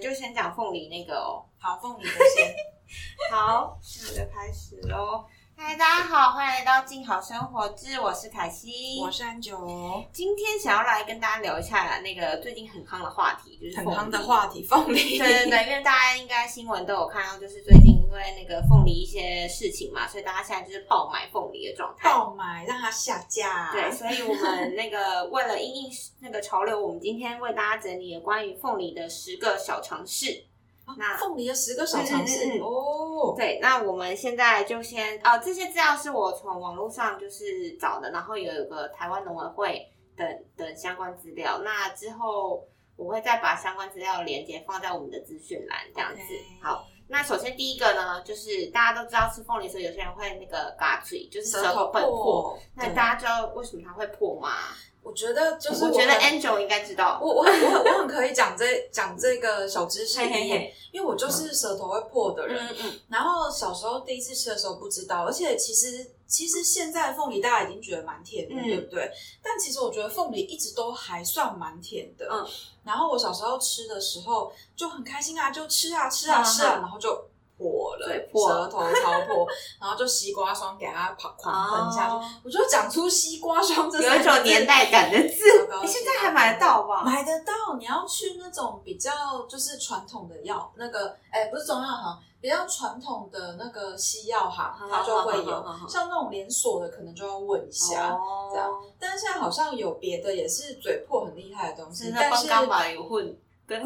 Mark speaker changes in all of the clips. Speaker 1: 就先讲凤梨那个哦。
Speaker 2: 好，凤梨的 先。
Speaker 1: 好，那就开始喽。嗨，大家好，欢迎来到静好生活志，我是凯西。
Speaker 2: 我是安九，
Speaker 1: 今天想要来跟大家聊一下那个最近很夯的话题，就是
Speaker 2: 很
Speaker 1: 凤梨
Speaker 2: 夯的话题，凤梨。
Speaker 1: 对对对，因为大家应该新闻都有看到，就是最近因为那个凤梨一些事情嘛，所以大家现在就是爆买凤梨的状态。
Speaker 2: 爆买让它下架。
Speaker 1: 对，所以我们那个为了应应那个潮流，我们今天为大家整理了关于凤梨的十个小常识。
Speaker 2: 啊
Speaker 1: 那
Speaker 2: 凤梨的十个小常
Speaker 1: 嗯嗯
Speaker 2: 识
Speaker 1: 嗯
Speaker 2: 哦。
Speaker 1: 对，那我们现在就先哦，这些资料是我从网络上就是找的，然后有一个台湾农委会等等相关资料。那之后我会再把相关资料连接放在我们的资讯栏，嗯这
Speaker 2: 哦
Speaker 1: 样子。
Speaker 2: OK
Speaker 1: 好，那首先第一个呢，就是大家都知道吃凤梨的时候，有些人会那个嘎嘴，就是
Speaker 2: 舌头
Speaker 1: 会破。
Speaker 2: 破。
Speaker 1: 那
Speaker 2: 对
Speaker 1: 大家知道为什么它会破吗？
Speaker 2: 我觉得就是
Speaker 1: 我觉得
Speaker 2: 很
Speaker 1: Angel 应该知道。
Speaker 2: 我我很我很我很可以讲这讲这个小知识，
Speaker 1: 嘿嘿
Speaker 2: 因为
Speaker 1: 嘿，
Speaker 2: 因为我就是舌头会破的人。
Speaker 1: 嗯嗯，
Speaker 2: 然后小时候第一次吃的时候不知道，而且其实其实现在的凤梨大家已经觉得蛮甜的，
Speaker 1: 嗯
Speaker 2: 对不对？但其实我觉得凤梨一直都还算蛮甜的。
Speaker 1: 嗯，
Speaker 2: 然后我小时候吃的时候就很开心啊，就吃啊吃啊吃啊，
Speaker 1: 嗯
Speaker 2: 然后就。破了，
Speaker 1: 对破
Speaker 2: 舌头超破， 然后就西瓜霜给它狂狂喷下去。
Speaker 1: 哦
Speaker 2: 我就讲出西瓜霜这
Speaker 1: 有一种年代感的字
Speaker 2: 糟，糕
Speaker 1: 你现在还买得到 吧？
Speaker 2: 买得到，你要去那种比较就是传统的药那个，哎、不是中药行，比较传统的那个西药
Speaker 1: 好
Speaker 2: 行，它就会
Speaker 1: 好好好好
Speaker 2: 有。像那种连锁的，可能就要问一下。
Speaker 1: 哦
Speaker 2: 这样啊但是现在好像有别的也是嘴破很厉害的东
Speaker 1: 是
Speaker 2: 西，
Speaker 1: 那
Speaker 2: 但
Speaker 1: 帮
Speaker 2: 是
Speaker 1: 刚吧有混 跟，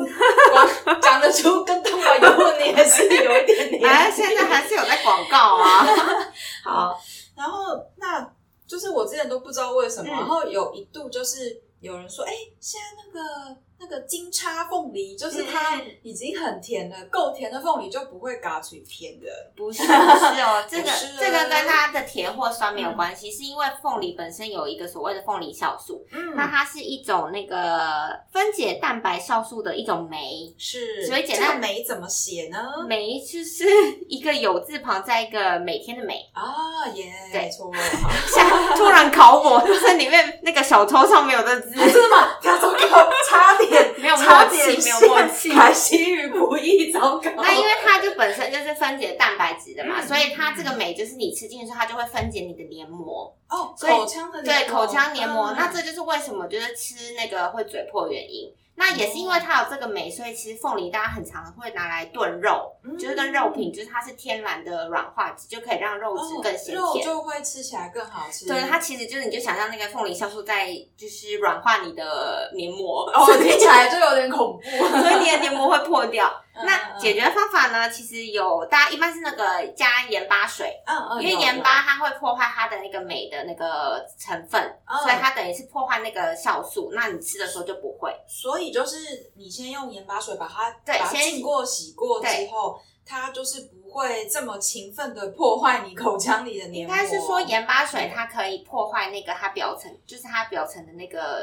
Speaker 2: 光讲得出跟东莞有问题也是有 一点点。
Speaker 1: 哎，现在还是有在广告啊。 好，
Speaker 2: 然后那就是我之前都不知道为什么，
Speaker 1: 嗯
Speaker 2: 然后有一度就是有人说，哎、现在那个那个金叉凤梨，就是它
Speaker 1: 嗯嗯
Speaker 2: 已经很甜了，够甜的凤梨就不会嘎嘴甜的。
Speaker 1: 不是不是哦，这个
Speaker 2: 不是啊
Speaker 1: 这个跟它的甜或酸没有关系，是因为凤梨本身有一个所谓的凤梨酵素，那
Speaker 2: 嗯，
Speaker 1: 它是一种那个分解蛋白酵素的一种酶。
Speaker 2: 是。
Speaker 1: 所以简单嗯
Speaker 2: 这个梅怎么写呢？
Speaker 1: 酶就是一个有字旁在一个每天的每，
Speaker 2: 啊耶，
Speaker 1: 对
Speaker 2: 没错， 好
Speaker 1: 下突然考我，就是里面那个小抽上没有的字，
Speaker 2: 真的吗？他糟糕，差点
Speaker 1: 没 有
Speaker 2: 差
Speaker 1: 默
Speaker 2: 点
Speaker 1: 契，没有默契
Speaker 2: 是。凯西与不易，糟糕。
Speaker 1: 那因为它就本身就是分解蛋白质的嘛，
Speaker 2: 哦嗯
Speaker 1: 所以它这个酶就是你吃进去，它就会分解你的黏膜，
Speaker 2: 哦，
Speaker 1: 所以
Speaker 2: 口腔的
Speaker 1: 对，口腔黏膜。
Speaker 2: 嗯
Speaker 1: 那这就是为什么就是吃那个会嘴破的原因。那也是因
Speaker 2: 哦
Speaker 1: 为它有这个酶，所以其实凤梨大家很常会拿来炖肉，
Speaker 2: 嗯
Speaker 1: 就是跟肉品，就是它是天然的软化剂，就可以让肉质
Speaker 2: 哦
Speaker 1: 更鲜
Speaker 2: 肉
Speaker 1: 甜。
Speaker 2: 就会吃起来更好吃。
Speaker 1: 对，它其实就是你就想象那个凤梨酵素在就是软化你的黏膜，
Speaker 2: 哦，听起来就有点恐怖。
Speaker 1: 所以你的黏膜会破掉。那
Speaker 2: 嗯
Speaker 1: 解，决方法呢？其实有，大家一般是那个加盐巴水，
Speaker 2: 嗯嗯嗯，
Speaker 1: 因为
Speaker 2: 有
Speaker 1: 盐巴，它会破坏它的那个镁的那个成分，
Speaker 2: 嗯
Speaker 1: 所以它等于是破坏那个酵素。那你吃的时候就不会。
Speaker 2: 有所以就是你先用盐巴水把它
Speaker 1: 对
Speaker 2: 把它
Speaker 1: 先
Speaker 2: 浸过、洗过之
Speaker 1: 对
Speaker 2: 后，它就是不会这么勤奋的破坏你口腔里的黏
Speaker 1: 应
Speaker 2: 膜。
Speaker 1: 该是说盐巴水它可以破坏那个它表层，就是它表层的那个，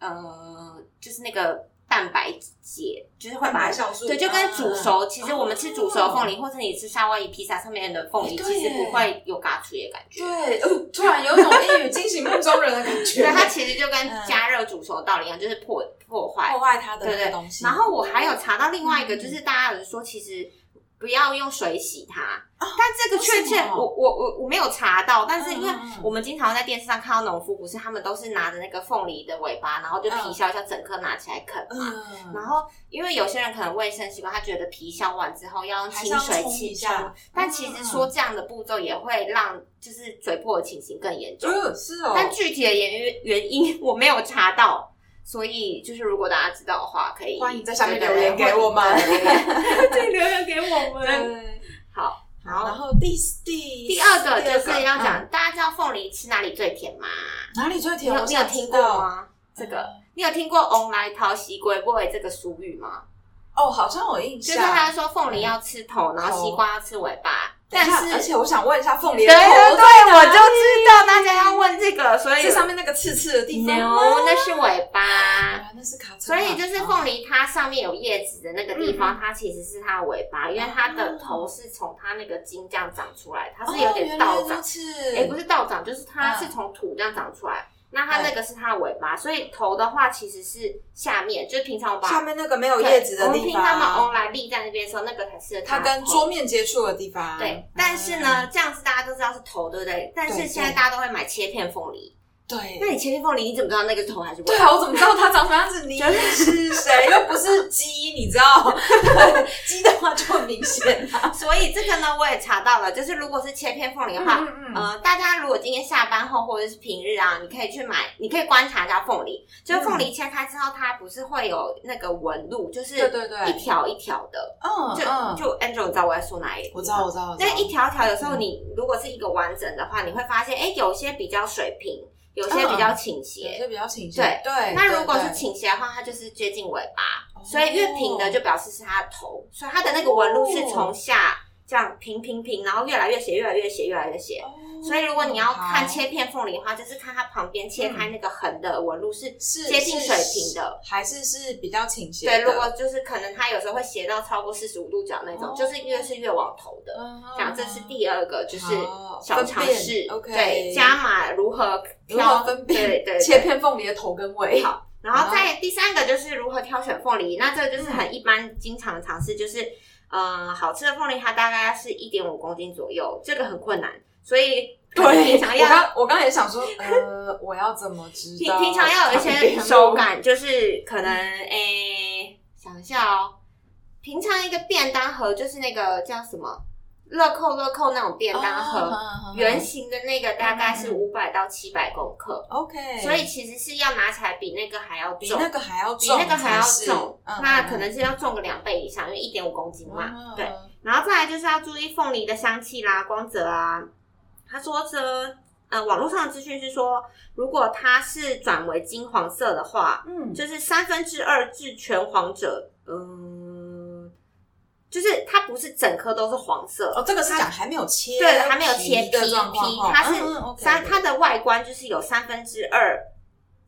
Speaker 1: 呃，就是那个蛋白结，就是会
Speaker 2: 蛋
Speaker 1: 把
Speaker 2: 白
Speaker 1: 它。
Speaker 2: 酵素，
Speaker 1: 对，就跟煮
Speaker 2: 嗯。嗯嗯
Speaker 1: 熟，其实我们吃煮熟的凤梨，或者你吃夏威夷披萨上面的凤梨，
Speaker 2: 哎对
Speaker 1: 其实
Speaker 2: 耶
Speaker 1: 不会有嘎出的感觉。
Speaker 2: 对，哦突然有一种一语惊醒梦中人的感觉
Speaker 1: 对，，它其实就跟
Speaker 2: 嗯哦
Speaker 1: 加热煮熟的道理一样，就是破破坏
Speaker 2: 破。坏它的
Speaker 1: 对
Speaker 2: 那
Speaker 1: 对
Speaker 2: 个东西。
Speaker 1: 然后我还有查到另外一个，
Speaker 2: 嗯
Speaker 1: 就是大家有人说，其实不要用水洗它，但这个确
Speaker 2: 哦为
Speaker 1: 切
Speaker 2: 什么
Speaker 1: 我我我我没有查到，但是因为
Speaker 2: 嗯嗯嗯
Speaker 1: 我们经常在电视上看到农夫，不是他们都是拿着那个凤梨的尾巴，然后就皮削一下，整颗拿起来啃嘛。
Speaker 2: 嗯，
Speaker 1: 然后，因为有些人可能卫生习惯，他觉得皮削完之后要用
Speaker 2: 还是
Speaker 1: 清
Speaker 2: 要
Speaker 1: 水
Speaker 2: 冲
Speaker 1: 清
Speaker 2: 一下嗯
Speaker 1: 冲，但其实说这样的步骤也会让就是嘴破的情形更严重。
Speaker 2: 嗯是哦，
Speaker 1: 但具体的原原因我没有查到，所以就是如果大家知道的话，可以
Speaker 2: 欢迎在下面留言给我们
Speaker 1: 对 对对留言给我们。
Speaker 2: 对。
Speaker 1: 好，然
Speaker 2: 然
Speaker 1: 后
Speaker 2: 后第第
Speaker 1: 第二个就
Speaker 2: 第二
Speaker 1: 是要
Speaker 2: 嗯
Speaker 1: 讲，大家知道凤梨吃哪里最甜吗？
Speaker 2: 哪里最
Speaker 1: 你
Speaker 2: 甜，
Speaker 1: 有
Speaker 2: 我
Speaker 1: 你有
Speaker 2: 想
Speaker 1: 听
Speaker 2: 知
Speaker 1: 过
Speaker 2: 道。
Speaker 1: 吗？这个你有听过“翁来淘西瓜不会”这个俗语吗？
Speaker 2: 哦，好像有印
Speaker 1: 就
Speaker 2: 象。
Speaker 1: 是他说凤梨要吃头，然后西瓜要吃尾巴，但
Speaker 2: 等一下而
Speaker 1: 是。
Speaker 2: 且我想问一下，凤梨
Speaker 1: 对
Speaker 2: 的
Speaker 1: 对
Speaker 2: 头在
Speaker 1: 对，
Speaker 2: 哪
Speaker 1: 我就知道大家要问这个，所以
Speaker 2: 啊是上面那个刺刺的地方吗
Speaker 1: no，那是尾巴
Speaker 2: 原。来那是卡车。
Speaker 1: 啊所以就是凤梨，它上面有叶子的那个地
Speaker 2: 嗯
Speaker 1: 方，它其实是它的尾巴，因为它的头是从它那个茎这样长出来，它
Speaker 2: 哦
Speaker 1: 是有点倒
Speaker 2: 原来
Speaker 1: 长
Speaker 2: 如，此
Speaker 1: 也不是倒长，就是它
Speaker 2: 嗯
Speaker 1: 是从土这样长出来。那它那个是它的尾巴，所以头的话其实是下面，就是平常我把
Speaker 2: 下面那个没有
Speaker 1: 对
Speaker 2: 叶子的
Speaker 1: 我们
Speaker 2: 地
Speaker 1: 平常把
Speaker 2: 方，啊
Speaker 1: 翁来立在那边的时候，那个才是
Speaker 2: 它
Speaker 1: 的
Speaker 2: 跟
Speaker 1: 头
Speaker 2: 桌面接触的地方。嗯
Speaker 1: 对，但是呢，这样子大家都知道是头，对不对？但
Speaker 2: 对
Speaker 1: 是现在
Speaker 2: 对
Speaker 1: 大家都会买切片凤梨，
Speaker 2: 对
Speaker 1: 那你切片凤梨，你怎么知道那个是头还是尾
Speaker 2: 对？啊，我怎么知道它长什么样子？你是谁？又不是鸡，你知道？ 鸡的话就很明显啊。
Speaker 1: 所以这个呢，我也查到了，就是如果是切片凤梨的话，
Speaker 2: 嗯
Speaker 1: 呃，大家如果今天下班后或者是平日啊，你可以去买，你可以观察一下凤梨，就是凤梨切开之后，它不是会有那个纹路，就是
Speaker 2: 对对对
Speaker 1: 一条一条的，
Speaker 2: 嗯
Speaker 1: 就
Speaker 2: 嗯，
Speaker 1: 就 Angel 你知道我在说哪一个？
Speaker 2: 我知道，我知道，我知道
Speaker 1: 那一条条有时候你如果是一个完整的话，你会发现，哎，有些比较水平，有
Speaker 2: 嗯
Speaker 1: 些比较倾
Speaker 2: 有
Speaker 1: 斜。
Speaker 2: 些比较倾斜。对，
Speaker 1: 那如果
Speaker 2: 对
Speaker 1: 是
Speaker 2: 对
Speaker 1: 倾斜的话，它就是接近尾巴，
Speaker 2: 哦
Speaker 1: 所以越平的就表示是它的头，所以它的那个纹路是从下这样平平平，然后越来越斜，越来越斜，越来越斜。所以如果你要看
Speaker 2: 哦
Speaker 1: 切片凤梨的话，就是看它旁边切开那个横的纹路是
Speaker 2: 是
Speaker 1: 接近水平的。
Speaker 2: 是还是是比较倾斜的。
Speaker 1: 对，如果就是可能它有时候会斜到超过四十五度角那种，就是越是越往头的。
Speaker 2: 嗯
Speaker 1: 这样，这是第二个，就是
Speaker 2: 好
Speaker 1: 小尝试
Speaker 2: 哦分辨，，OK
Speaker 1: 对，加码如何
Speaker 2: 如
Speaker 1: 挑
Speaker 2: 何分
Speaker 1: 对
Speaker 2: 辨
Speaker 1: 对对
Speaker 2: 切片凤梨的头跟尾？好，啊
Speaker 1: 然后再第三个就是如何挑选凤梨，那这个就是很一般经常的尝试，就是呃，好吃的凤梨它大概是一点五公斤左右，这个很困难，所以
Speaker 2: 对，
Speaker 1: 平常
Speaker 2: 我
Speaker 1: 要
Speaker 2: 刚我刚也想说，呃，我要怎么知
Speaker 1: 平
Speaker 2: 道？
Speaker 1: 平常要有一些手
Speaker 2: 手，
Speaker 1: 感，就是可能
Speaker 2: 嗯
Speaker 1: 诶、想一下哦，平常一个便当盒就是那个叫什么乐扣乐扣那种便当
Speaker 2: 嗯
Speaker 1: 盒，
Speaker 2: 和
Speaker 1: 圆形的那个大概
Speaker 2: 嗯
Speaker 1: 是五百到七百公克，
Speaker 2: OK，
Speaker 1: 所以其实是要拿起来比那个还要
Speaker 2: 比
Speaker 1: 重，
Speaker 2: 那个还要重，
Speaker 1: 比那个还要
Speaker 2: 才是
Speaker 1: 重，
Speaker 2: 嗯
Speaker 1: 那
Speaker 2: 嗯
Speaker 1: 可能是要重个两倍以上，因为一点五公斤嘛，
Speaker 2: 嗯
Speaker 1: 对。然后再来就是要注意凤梨的香气啦、光泽啊。他说这呃，网络上的资讯是说，如果它是转为金黄色的话，
Speaker 2: 嗯，
Speaker 1: 就是三分之二至全黄者，嗯，就是它不是整颗都是黄色，
Speaker 2: 哦，这个是讲还没有切，
Speaker 1: 对，还没有切皮
Speaker 2: 的状况
Speaker 1: 皮
Speaker 2: 哈，
Speaker 1: 它是
Speaker 2: 嗯嗯，OK，
Speaker 1: 三，它的外观就是有三分之二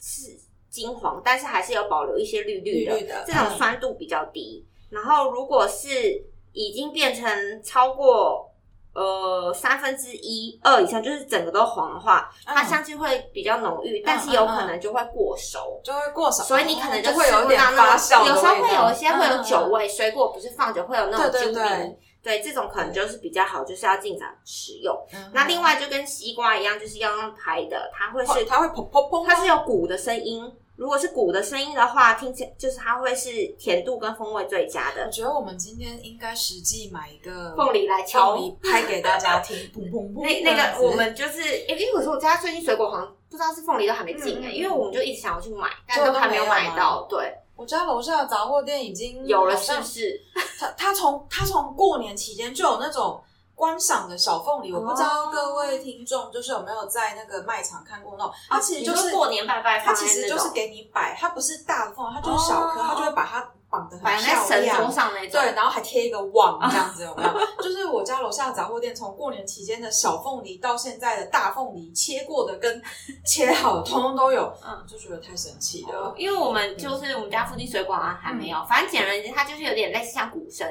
Speaker 1: 是金黄，但是还是有保留一些绿绿的，
Speaker 2: 绿绿的
Speaker 1: 这种
Speaker 2: 嗯
Speaker 1: 酸度比较低。然后如果是已经变成超过呃三分之一二以上，就是整个都黄的话，它
Speaker 2: 嗯
Speaker 1: 香气会比较浓郁，但是
Speaker 2: 嗯
Speaker 1: 有
Speaker 2: 嗯
Speaker 1: 可能就会过熟。
Speaker 2: 就会过少，
Speaker 1: 所以你可能
Speaker 2: 就
Speaker 1: 吃
Speaker 2: 会有
Speaker 1: 不
Speaker 2: 点
Speaker 1: 到
Speaker 2: 发
Speaker 1: 那
Speaker 2: 酵
Speaker 1: 种，
Speaker 2: 的
Speaker 1: 有
Speaker 2: 味
Speaker 1: 时
Speaker 2: 道，
Speaker 1: 候会有一些会有酒
Speaker 2: 嗯，嗯嗯
Speaker 1: 味，水果不是放久会有那
Speaker 2: 对
Speaker 1: 种
Speaker 2: 对
Speaker 1: 酒
Speaker 2: 对
Speaker 1: 味，对，这种可能就是比较好，就是要尽早食用。
Speaker 2: 嗯
Speaker 1: 那另外就跟西瓜一样，就是要用拍的，它会
Speaker 2: 会
Speaker 1: 是
Speaker 2: 它会砰砰砰，
Speaker 1: 它是有鼓的声音。如果是鼓的声音的话，听起来就是它会是甜度跟风味最佳
Speaker 2: 我
Speaker 1: 的。
Speaker 2: 觉得我们今天应该实际买一个
Speaker 1: 凤梨来
Speaker 2: 凤
Speaker 1: 敲
Speaker 2: 梨嗯拍给大家听，砰砰 砰。
Speaker 1: 那那个我们就是，因为我说我家最近水果好像不知道是凤梨都还没进哎、
Speaker 2: 嗯嗯
Speaker 1: 因为我们就一直想要去买，
Speaker 2: 就
Speaker 1: 但
Speaker 2: 都
Speaker 1: 都还
Speaker 2: 没
Speaker 1: 没
Speaker 2: 有
Speaker 1: 买
Speaker 2: 吗
Speaker 1: 到。对，
Speaker 2: 我家楼下的杂货店已经
Speaker 1: 有了
Speaker 2: 好
Speaker 1: 是
Speaker 2: 像
Speaker 1: 不是？
Speaker 2: 他他从他从过年期间就有那种观赏的小凤梨，我不知
Speaker 1: 哦
Speaker 2: 道各位听众就是有没有在那个卖场看过那种，它其
Speaker 1: 啊
Speaker 2: 实
Speaker 1: 你
Speaker 2: 就
Speaker 1: 说
Speaker 2: 是
Speaker 1: 过年拜拜
Speaker 2: 它
Speaker 1: 放在
Speaker 2: 其实
Speaker 1: 那
Speaker 2: 就是
Speaker 1: 种
Speaker 2: 给你摆，它不是大的凤梨，它就是小颗，
Speaker 1: 哦
Speaker 2: 它就会把它绑得
Speaker 1: 摆
Speaker 2: 很
Speaker 1: 在
Speaker 2: 漂
Speaker 1: 神桌
Speaker 2: 亮。
Speaker 1: 上那种。
Speaker 2: 对，然后还贴一个网这样子，有没有？就是我家楼下的杂货店，从过年期间的小凤梨到现在的大凤梨，切过的跟切好的，通通都有，
Speaker 1: 嗯
Speaker 2: 我就觉得太神奇
Speaker 1: 哦
Speaker 2: 了。
Speaker 1: 因为我
Speaker 2: 嗯
Speaker 1: 们就是我们家附近水果啊还没有，反正简而言之，它就是有点类似像鼓声，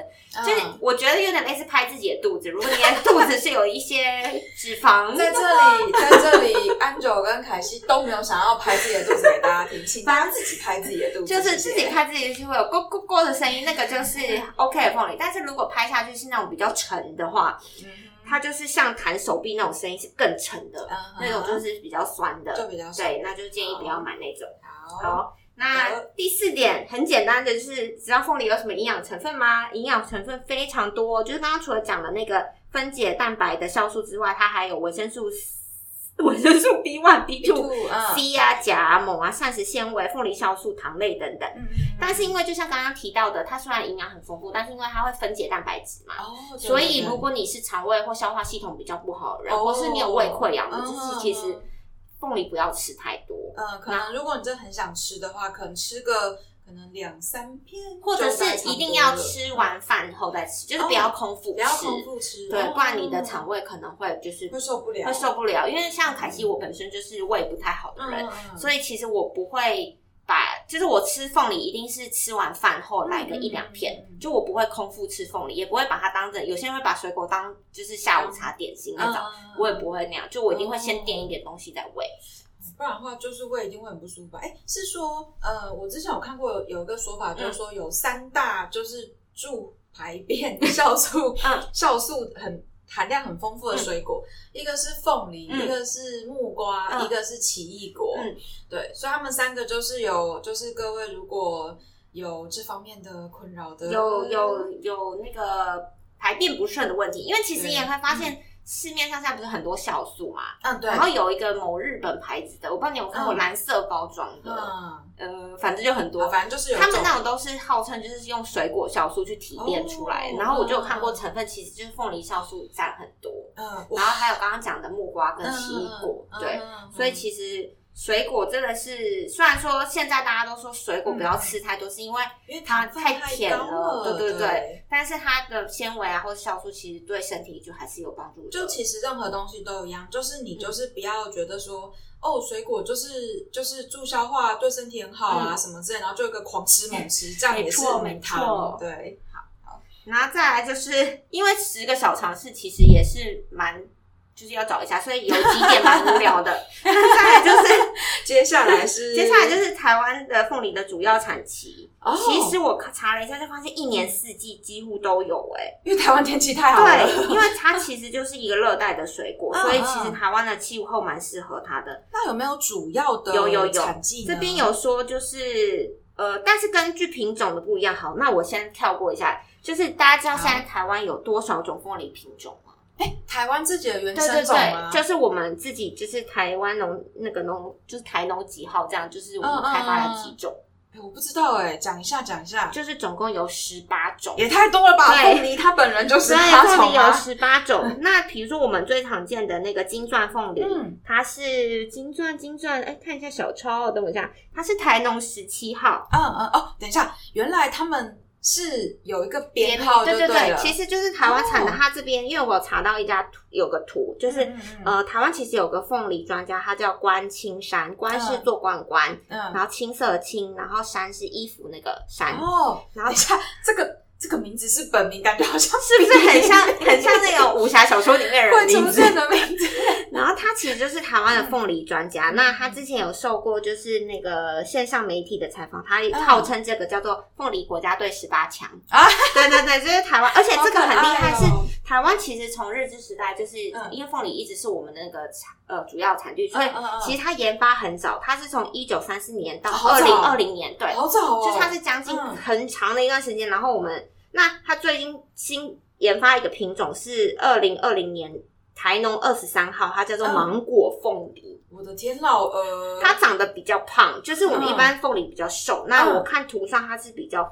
Speaker 1: 就是
Speaker 2: 嗯
Speaker 1: 我觉得有点类似拍自己的肚子。如果你的肚子是有一些 脂肪，
Speaker 2: 在这里，在这里，安九跟凯西都没有想要拍自己的肚子给大家听，请大家自己拍自己的肚子，
Speaker 1: 就是
Speaker 2: 谢
Speaker 1: 自
Speaker 2: 谢
Speaker 1: 己。拍自己就会有咕咕咕的声音，那个就是 OK 的凤梨。但是如果拍下去是那种比较沉的话，
Speaker 2: 嗯
Speaker 1: 它就是像弹手臂那种声音是更沉的，
Speaker 2: 嗯哼
Speaker 1: 那种就是比较酸的，
Speaker 2: 就比较少
Speaker 1: 对，那就建议不要买那种。
Speaker 2: 好，
Speaker 1: 好，那第四点很简单的，就是知道凤梨有什么营养成分吗？营养成分非常多，就是刚刚除了讲的那个分解蛋白的酵素之外，它还有维生素 C- 维生素 B one、B
Speaker 2: 兔
Speaker 1: two、
Speaker 2: 嗯
Speaker 1: C 啊、钾啊、锰啊、膳食纤维、凤梨酵素、糖类等等。
Speaker 2: 嗯，
Speaker 1: 但是因为就像刚刚提到的，它虽然营养很丰富，但是因为它会分解蛋白质嘛，
Speaker 2: 哦，
Speaker 1: 所以如果你是肠胃或消化系统比较不好的人，或是你有胃溃疡的，就是其实凤梨不要吃太多。
Speaker 2: 嗯，可能如果你真的很想吃的话，可能吃个可能两三片，
Speaker 1: 或者
Speaker 2: 就大
Speaker 1: 是
Speaker 2: 肠
Speaker 1: 一定要
Speaker 2: 多了，哦
Speaker 1: 吃完饭后再吃，就是不要空腹
Speaker 2: 不
Speaker 1: 吃，
Speaker 2: 要空腹吃，
Speaker 1: 对，
Speaker 2: 哦
Speaker 1: 不然你的肠胃可能会就是
Speaker 2: 会受不了，
Speaker 1: 会受不了。因为像凯西，我本身就是胃不太好的人，
Speaker 2: 嗯，
Speaker 1: 所以其实我不会把，就是我吃凤梨一定是吃完饭后来个
Speaker 2: 嗯
Speaker 1: 一两片
Speaker 2: 嗯嗯，
Speaker 1: 就我不会空腹吃凤梨，也不会把它当成有些人会把水果当就是下午茶点心那种，
Speaker 2: 嗯
Speaker 1: 我也不会那样，就我一定会先垫一点东西再喂。
Speaker 3: 子。
Speaker 2: 不然的话就是胃一定会很不舒服吧。哎、是说呃，我之前有看过有有一个说法，
Speaker 1: 嗯
Speaker 2: 就是说有三大就是助排便 酵素，
Speaker 1: 嗯
Speaker 2: 酵素很含量很丰富的水果，一个是凤梨，
Speaker 1: 嗯
Speaker 2: 一个是木瓜，
Speaker 1: 嗯
Speaker 2: 一个是奇异果。
Speaker 1: 嗯
Speaker 2: 对，所以他们三个就是有，就是各位如果有这方面的困扰的，
Speaker 1: 有有有那个排便不顺的问题，因为其实你也会发现市面上现在不是很多酵素嘛，
Speaker 2: 嗯对
Speaker 1: 然，后有一个某日本牌子的，我不知道你有没有看过
Speaker 2: 嗯
Speaker 1: 蓝色包装
Speaker 2: 嗯，
Speaker 1: 的，呃，反正就很多
Speaker 2: 好，。反正就是有
Speaker 1: 他们
Speaker 2: 这
Speaker 1: 那种都是号称就是用水果酵素去提炼出来的，
Speaker 2: 哦
Speaker 1: 然后我就有看过成分，其实就是凤梨酵素占很多，
Speaker 2: 嗯，我
Speaker 1: 然后还有刚刚讲的木瓜跟奇异果，
Speaker 2: 嗯嗯
Speaker 1: 对，
Speaker 2: 嗯嗯
Speaker 1: 所以其实水果真的是，虽然说现在大家都说水果不要吃太多，是因为
Speaker 2: 因为
Speaker 1: 它
Speaker 2: 糖分
Speaker 1: 太甜
Speaker 2: 高了，
Speaker 1: 了对对
Speaker 2: 对。
Speaker 1: 但是它的纤维啊或者酵素其实对身体就还是有帮助的，
Speaker 2: 就其实任何东西都一样，就是
Speaker 1: 嗯
Speaker 2: 你就是不要觉得说、哦，水果就是就是助消化，对身体很好啊、
Speaker 1: 嗯
Speaker 2: 什么之类，然后就一个狂吃猛吃，这样
Speaker 1: 没
Speaker 2: 也是
Speaker 1: 错没
Speaker 2: 没
Speaker 1: 错
Speaker 2: 糖。对，
Speaker 1: 然后再来就是因为十个小尝试其实也是蛮，就是要找一下，所以有几点蛮无聊 的。再来就是
Speaker 2: 接下来 是
Speaker 1: 接下来就是台湾的凤梨的主要产期。
Speaker 2: 哦
Speaker 1: 其实我查了一下，就发现一年四季几乎都有哎、
Speaker 2: 因为台湾天气太好了，
Speaker 1: 对，因为它其实就是一个热带的水果，
Speaker 2: 嗯
Speaker 1: 所以其实台湾的气候蛮适合它的。
Speaker 2: 那有没有主要的
Speaker 1: 有有有
Speaker 2: 产季呢？
Speaker 1: 这边有说就是呃，但是根据品种的不一样。好，那我先跳过一下，就是大家知道现在台湾有多少种凤梨品种吗？
Speaker 2: 台湾自己的原
Speaker 1: 对
Speaker 2: 生
Speaker 1: 对
Speaker 2: 种
Speaker 1: 对，
Speaker 2: 吗？
Speaker 1: 就是我们自己就是台湾农那个农就是台农几号这样，就是我们
Speaker 2: 嗯嗯
Speaker 1: 开发了几种，
Speaker 2: 哎我不知道哎、讲一下讲一下，
Speaker 1: 就是总共有十八种。
Speaker 2: 也太多了吧？
Speaker 1: 对
Speaker 2: 凤梨它本人就是
Speaker 1: 所以
Speaker 2: 它
Speaker 1: 凤
Speaker 2: 从
Speaker 1: 梨有
Speaker 2: 啊，
Speaker 1: 十八 种，那比如说我们最常见的那个金钻凤梨，
Speaker 2: 嗯
Speaker 1: 它是金钻金钻，哎，看一下小抄，等我一下，它是台农十七号，
Speaker 2: 嗯嗯哦，等一下，原来他们是有一个编号就
Speaker 1: 对对
Speaker 2: 对了，哦
Speaker 1: 其实就是台湾产的。它这边，因为我有查到一家图，有个图，就是、
Speaker 2: 嗯嗯
Speaker 1: 呃，台湾其实有个凤梨专家，他叫关青山，关是做关关，
Speaker 2: 嗯
Speaker 1: 然后青色的青，然后山是衣服那个山，
Speaker 2: 哦，
Speaker 1: 呃然
Speaker 2: 等
Speaker 1: 后
Speaker 2: 一下，这个这个名字是本名，感觉好像
Speaker 1: 是不是很 像很像那种武侠小说里面的
Speaker 2: 会
Speaker 1: 人名
Speaker 2: 出
Speaker 1: 字？
Speaker 2: 现嗯的名字？
Speaker 1: 然后他其实就是台湾的凤梨专家，那
Speaker 2: 嗯
Speaker 1: 他之前有受过就是那个线上媒体的采访，他号称这个叫做凤梨国家队十八强
Speaker 2: 嗯啊，
Speaker 1: 对对对，就是台湾，而且这个很厉害
Speaker 2: 好
Speaker 1: 是
Speaker 2: 可爱。哦
Speaker 1: 台湾其实从日治时代，就是、
Speaker 2: 嗯
Speaker 1: 因为凤梨一直是我们的那个产呃主要产地，所以
Speaker 2: 嗯嗯嗯哦
Speaker 1: 其实它研发很早，它是从一九三四年到
Speaker 2: 好
Speaker 1: 二
Speaker 2: 早
Speaker 1: 零二零年，对，
Speaker 2: 好早哦，
Speaker 1: 就它是将近
Speaker 2: 嗯
Speaker 1: 很长的一段时间。然后我们那它最近新研发一个品种是二零二零年台农二十三号，它叫做
Speaker 2: 嗯
Speaker 1: 芒果凤梨。
Speaker 2: 我呃的天老鹅，
Speaker 1: 它长得比较胖，就是我们一
Speaker 2: 嗯
Speaker 1: 般凤梨比较瘦，那
Speaker 2: 嗯
Speaker 1: 我看图上它是比较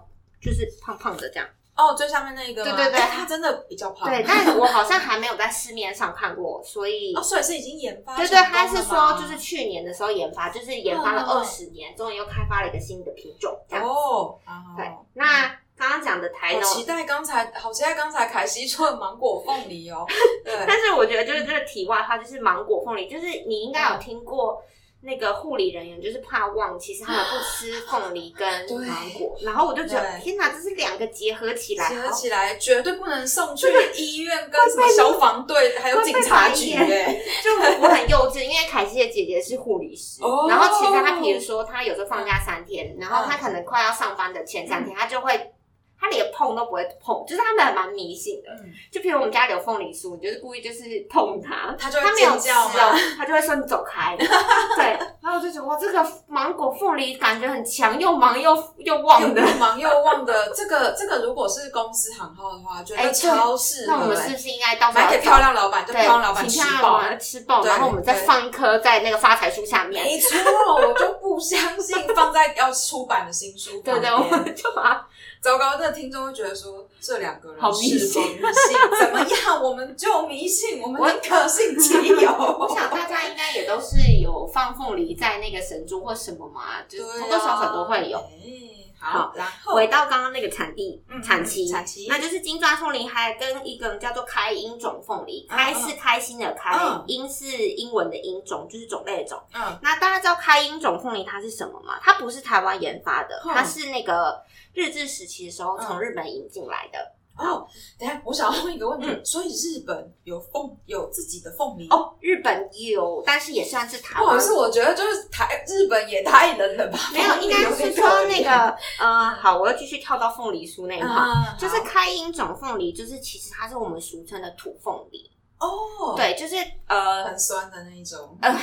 Speaker 1: 就是胖胖的这样。
Speaker 2: 哦最下面那个吗，
Speaker 1: 对对对
Speaker 2: 哎它真的比较胖，
Speaker 1: 对，但我好像还没有在市面上看过，所以
Speaker 2: 哦，所以是已经研发
Speaker 1: 对
Speaker 2: 成
Speaker 1: 对，
Speaker 2: 功了
Speaker 1: 他
Speaker 2: 吗，
Speaker 1: 是说就是去年的时候研发，就是研发了
Speaker 2: 嗯嗯嗯
Speaker 1: 二十年，终于又开发了一个新的品种。这样
Speaker 2: 哦，
Speaker 1: 对
Speaker 2: 好，
Speaker 1: 那刚刚讲的台
Speaker 2: 好
Speaker 1: 农，
Speaker 2: 期待刚才，好期待刚才凯西说的芒果凤 梨哦，对，
Speaker 1: 但是我觉得就是这个题外话，就是芒果凤梨，就是你应该有听过。那个护理人员就是怕忘，其实他们不吃凤梨跟
Speaker 2: 对
Speaker 1: 芒果，然后我就觉得
Speaker 2: 对
Speaker 1: 天哪，这是两个结合起来，
Speaker 2: 结合
Speaker 1: 好
Speaker 2: 起来绝对不能送去医院，跟什么消防队还有警察局
Speaker 1: 会被
Speaker 2: 哎、
Speaker 1: 就我很幼稚，因为凯西的姐姐是护理师，
Speaker 2: 哦嗯
Speaker 1: 然后其实她比如说她有时候放假三天，然后她可能快要上班的前三天，她就会她连碰都不会碰，就是他们还蛮迷信的。
Speaker 2: 嗯，
Speaker 1: 就比如我们家里有凤梨酥，你就是故意就是碰它，
Speaker 2: 他就
Speaker 1: 它
Speaker 2: 会
Speaker 1: 没有
Speaker 2: 尖
Speaker 1: 吃
Speaker 2: 叫
Speaker 1: 哦
Speaker 2: 嘛，，
Speaker 1: 它就会说你走 开。对，然后我就觉得哇，这个芒果凤梨感觉很强，又忙又又旺
Speaker 2: 又
Speaker 1: 的。
Speaker 2: 忙又忘的，这个这个如果是公司行号的话，觉
Speaker 1: 哎
Speaker 2: 得
Speaker 1: 对
Speaker 2: 超适
Speaker 1: 那我
Speaker 2: 合、
Speaker 1: 们是
Speaker 2: 欸，
Speaker 1: 不是应该到时候
Speaker 2: 买给漂亮老板，就
Speaker 1: 对，
Speaker 2: 漂亮老板
Speaker 1: 请漂
Speaker 2: 吃
Speaker 1: 亮老
Speaker 2: 饱。
Speaker 1: 板吃爆，
Speaker 2: 对
Speaker 1: 然后我们再
Speaker 2: 对
Speaker 1: 放一颗在那个发财树下面。
Speaker 2: 没错，我就不相信放在要出版的新 书
Speaker 1: 对对，
Speaker 2: 旁边。
Speaker 1: 我们就把它
Speaker 2: 糟糕，这听众会觉得说这两个人
Speaker 1: 好迷
Speaker 2: 是
Speaker 1: 信
Speaker 2: 否迷信？怎么样？我们就迷信，我们
Speaker 1: 我
Speaker 2: 宁可信其有。
Speaker 1: 我想大家应该也都是有放凤梨在那个神珠或什么嘛，就是多多少少都会有。
Speaker 2: 啊哎好，然后
Speaker 1: 回到刚刚那个产地、
Speaker 2: 嗯
Speaker 1: 产期，
Speaker 2: 产期
Speaker 1: 那就是金钻凤梨，还跟一个叫做开音种凤梨，
Speaker 2: 嗯
Speaker 1: 开是开心的开，
Speaker 2: 嗯
Speaker 1: 音是英文的音种，就是种类的种。
Speaker 2: 嗯，
Speaker 1: 那大家知道开音种凤梨它是什么吗？它不是台湾研发的，
Speaker 2: 嗯
Speaker 1: 它是那个日治时期的时候从
Speaker 2: 嗯
Speaker 1: 日本引进来的。
Speaker 2: 哦，等一下，我想要问一个问题，所以日本有凤有自己的凤梨？
Speaker 1: 嗯哦，日本有，但是也算是台
Speaker 2: 不好
Speaker 1: 湾
Speaker 2: 意思，我觉得就是台日本也太冷了吧？
Speaker 1: 没有，应该是说那 个，呃，好，我又继续跳到凤梨酥那一块，
Speaker 2: 啊，
Speaker 1: 就是开音种凤梨，就是其实它是我们俗称的土凤梨，
Speaker 2: 哦，，
Speaker 1: 对，就是呃
Speaker 2: 很酸的那一种。
Speaker 1: 呃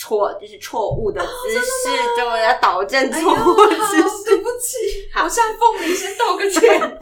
Speaker 1: 错，就是错误的姿势，就我要导正错误
Speaker 2: 哎呦
Speaker 1: 姿
Speaker 2: 好
Speaker 1: 势。
Speaker 2: 对不起，
Speaker 1: 好
Speaker 2: 我向凤梨先道 个歉。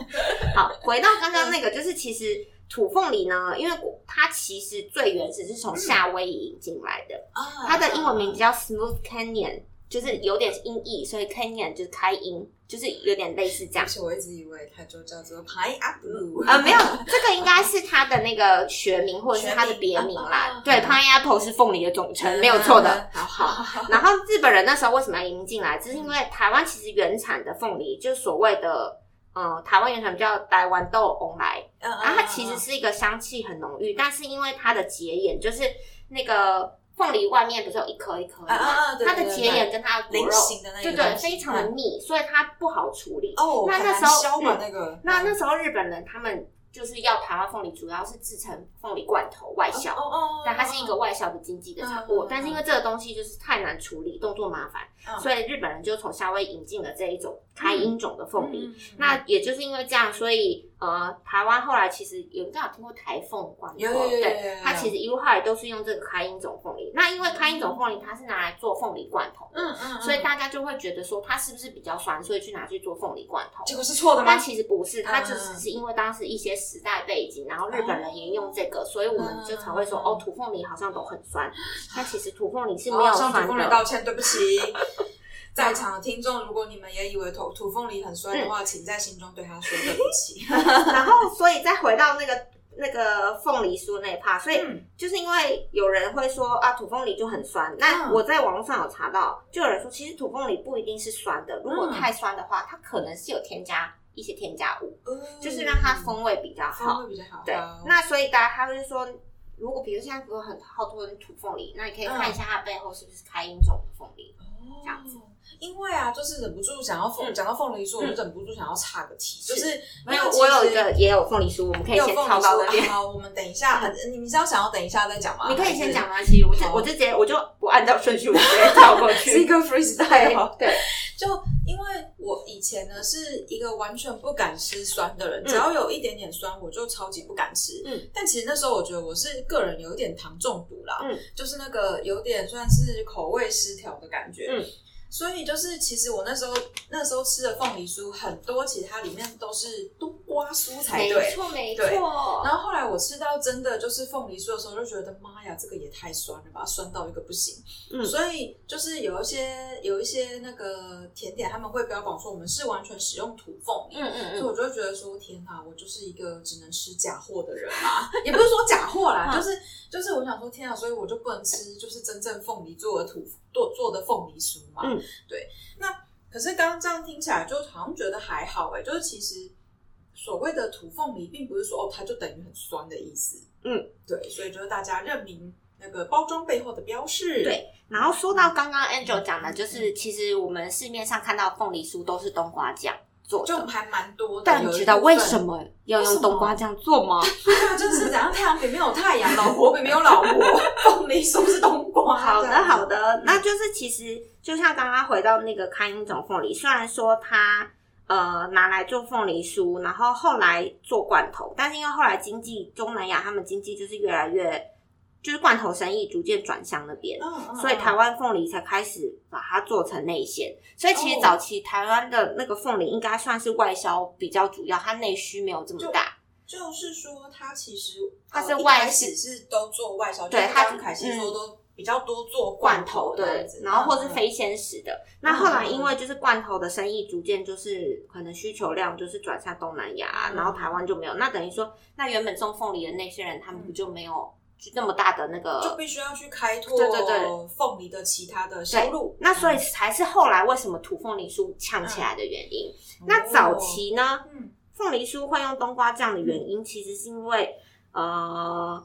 Speaker 1: 好，回到刚刚那个，就是其实土凤梨呢，因为它其实最原始是从夏威夷引进来的，
Speaker 2: 啊嗯
Speaker 1: 它的英文名字叫 Smooth Canyon，就是有点音译，所以 Canyon 就是开音，就是有点类似这样
Speaker 2: 而。且我一直以为它就叫做 pineapple
Speaker 1: 啊，没有，这个应该是它的那个学名或者是它的别名
Speaker 2: 学
Speaker 1: 啦
Speaker 2: 名。嗯
Speaker 1: 对，pineapple 是凤梨的总称，嗯没有错的。。
Speaker 2: 好好，
Speaker 1: 然后日本人那时候为什么要移民进来？就是因为台湾其实原产的凤梨，就是所谓的。嗯，台湾原产叫台湾豆翁来，
Speaker 2: 然
Speaker 1: 然啊后它
Speaker 2: 嗯
Speaker 1: 其实是一个香气很浓郁，但是因为它的结眼，就是那个凤梨外面不是有一颗一颗的
Speaker 2: 啊
Speaker 1: 吗？
Speaker 2: 啊啊，对
Speaker 1: 它的
Speaker 2: 对对
Speaker 1: 结眼跟它的果
Speaker 2: 菱
Speaker 1: 肉，
Speaker 2: 形的那个
Speaker 1: 对
Speaker 2: 东西，
Speaker 1: 对，非常的
Speaker 2: 嗯
Speaker 1: 密，所以它不好处理。
Speaker 2: 哦，
Speaker 1: 那
Speaker 2: 很
Speaker 1: 那
Speaker 2: 难
Speaker 1: 时候
Speaker 2: 削吧
Speaker 1: 嗯
Speaker 2: 那个，
Speaker 1: 那那时候日本人他们就是要台湾凤梨，主要是制成凤梨罐头外销，
Speaker 2: 哦哦，
Speaker 1: 但它是一个外销的经济的产物。
Speaker 2: 嗯嗯嗯
Speaker 1: 但是因为这个东西就是太难处理，动作麻烦，
Speaker 2: 嗯
Speaker 1: 所以日本人就从夏威夷引进了这一种开音种的凤梨。
Speaker 2: 嗯，
Speaker 1: 那也就是因为这样，所以呃，台湾后来其实有应该有听过台凤罐头，
Speaker 2: 有有有有有有
Speaker 1: 对
Speaker 2: 有，
Speaker 1: 它其实一路后来都是用这个开音种凤梨。那因为开音种凤梨它是拿来做凤梨罐头的，
Speaker 2: 嗯嗯，
Speaker 1: 所以大家就会觉得说它是不是比较酸，所以去拿去做凤梨罐头。
Speaker 2: 结果是错的吗
Speaker 1: 但？其实不是，它就
Speaker 2: 嗯
Speaker 1: 只是因为当时一些时代背景，然后日本人沿用这个，所以我们就才会说
Speaker 2: 嗯
Speaker 1: 哦，土凤梨好像都很酸。但其实土凤梨是没
Speaker 2: 哦
Speaker 1: 有
Speaker 2: 向
Speaker 1: 酸
Speaker 2: 土凤梨
Speaker 1: 的。
Speaker 2: 道歉，对不起。 在场的听众，如果你们也以为土土凤梨很酸
Speaker 1: 嗯
Speaker 2: 的话，请在心中对他说对不 起。
Speaker 1: 然后，所以再回到那个那个凤梨酥那一趴，所以
Speaker 2: 嗯
Speaker 1: 就是因为有人会说啊，土凤梨就很酸。那
Speaker 2: 嗯
Speaker 1: 我在网络上有查到，就有人说，其实土凤梨不一定是酸的，如果
Speaker 2: 嗯
Speaker 1: 太酸的话，它可能是有添加一些添加物，就是让它风味比较好
Speaker 2: 哦风。味比较好。
Speaker 1: 对
Speaker 2: 好，
Speaker 1: 那所以大家他会说，如果比如现在有很好多人土凤梨，那你可以看一下它背后是不是开音种的凤梨。这样子
Speaker 2: 哦因为啊，就是忍不住想要凤，
Speaker 1: 嗯
Speaker 2: 讲到凤梨酥，我就忍不住想要岔个题，
Speaker 1: 是
Speaker 2: 就是
Speaker 1: 没有，
Speaker 2: 因为其实
Speaker 1: 我有一个也有凤梨酥，我们可以
Speaker 2: 有
Speaker 1: 先
Speaker 2: 凤梨
Speaker 1: 跳到那
Speaker 2: 酥。
Speaker 1: 边。
Speaker 2: 好，我们等一下，很你你是要想要等一下再讲吗？
Speaker 1: 你可以先
Speaker 2: 还是
Speaker 1: 讲 吗？其实我就
Speaker 2: 好
Speaker 1: 我就直接我就不按照顺序，我直接跳过
Speaker 2: 是一
Speaker 1: 去。
Speaker 2: 个 freestyle 哦。
Speaker 1: 对，
Speaker 2: 就因为我以前呢是一个完全不敢吃酸的人，
Speaker 1: 嗯
Speaker 2: 只要有一点点酸我就超级不敢吃。
Speaker 1: 嗯，
Speaker 2: 但其实那时候我觉得我是个人有一点糖中毒啦，
Speaker 1: 嗯，
Speaker 2: 就是那个有点算是口味失调的感觉。
Speaker 1: 嗯，
Speaker 2: 所以就是其实我那时候那时候吃的凤梨酥很多，其实它里面都是冬瓜蔬菜
Speaker 1: 没
Speaker 2: 对。
Speaker 1: 错没
Speaker 2: 对
Speaker 1: 错。
Speaker 2: 然后后来我吃到真的就是凤梨酥的时候，就觉得妈呀，这个也太酸了吧，酸到一个不行。
Speaker 1: 嗯
Speaker 2: 所以就是有一些有一些那个甜点，他们会标榜说我们是完全使用土凤梨。
Speaker 1: 嗯嗯
Speaker 2: 所以
Speaker 1: 嗯，
Speaker 2: 我就会觉得说，天哪，我就是一个只能吃假货的人啊！也不是说假货啦，
Speaker 1: 嗯
Speaker 2: 就是就是我想说，天啊，所以我就不能吃就是真正凤梨做的土做做的凤梨酥嘛。
Speaker 1: 嗯，
Speaker 2: 对。那可是刚刚这样听起来，就好像觉得还好哎、就是其实所谓的土凤梨，并不是说哦，它就等于很酸的意思。
Speaker 1: 嗯，
Speaker 2: 对，所以就是大家认明那个包装背后的标示。
Speaker 1: 对然后说到刚刚 Angel 讲的，就是其实我们市面上看到凤梨酥都是冬瓜酱做
Speaker 2: 就
Speaker 1: 的，
Speaker 2: 还蛮多的，
Speaker 1: 但你知道为什
Speaker 2: 么？
Speaker 1: 么要
Speaker 2: 为什
Speaker 1: 用
Speaker 2: 么
Speaker 1: 冬瓜酱做吗？
Speaker 2: 对啊， 就是怎样，太阳饼没有太阳，老婆饼没有老婆， 凤梨酥是冬瓜。
Speaker 1: 好
Speaker 2: 这
Speaker 1: 的，嗯
Speaker 2: 样子
Speaker 1: 好。的，那就是其实就像刚刚回到那个开音种凤梨，虽然说它呃拿来做凤梨酥，然后后来做罐头，但是因为后来经济东南亚他们经济就是越来越就是罐头生意逐渐转向那边。
Speaker 2: 嗯嗯
Speaker 1: 所以台湾凤梨才开始把它做成内馅，所以其实早期台湾的那个凤梨应该算是外销比较主要，它内需没有这么大。
Speaker 2: 就是说，它其实
Speaker 1: 它是
Speaker 2: 呃一
Speaker 1: 外
Speaker 2: 开始是都做外销，
Speaker 1: 对
Speaker 2: 就是
Speaker 1: 它
Speaker 2: 刚凯西说
Speaker 1: 嗯
Speaker 2: 都比较多做
Speaker 1: 罐
Speaker 2: 头
Speaker 1: 头
Speaker 2: 这样
Speaker 1: 对
Speaker 2: 子，，
Speaker 1: 然后或是
Speaker 2: 嗯
Speaker 1: 非鲜食的。那后来因为就是罐头的生意逐渐就是可能需求量就是转向东南亚，啊
Speaker 2: 嗯
Speaker 1: 然后台湾就没有。那等于说，那原本种凤梨的那些人，他们不就没有就那么大的那
Speaker 2: 就
Speaker 1: 个？
Speaker 2: 必须要去开拓
Speaker 1: 对对对
Speaker 2: 凤梨的其他的销路。
Speaker 1: 那所以才是后来为什么土凤梨酥呛起来的原因。
Speaker 2: 嗯
Speaker 1: 那早，期呢，
Speaker 2: 哦嗯
Speaker 1: 凤梨酥会用冬瓜酱的原因，其实是因为呃，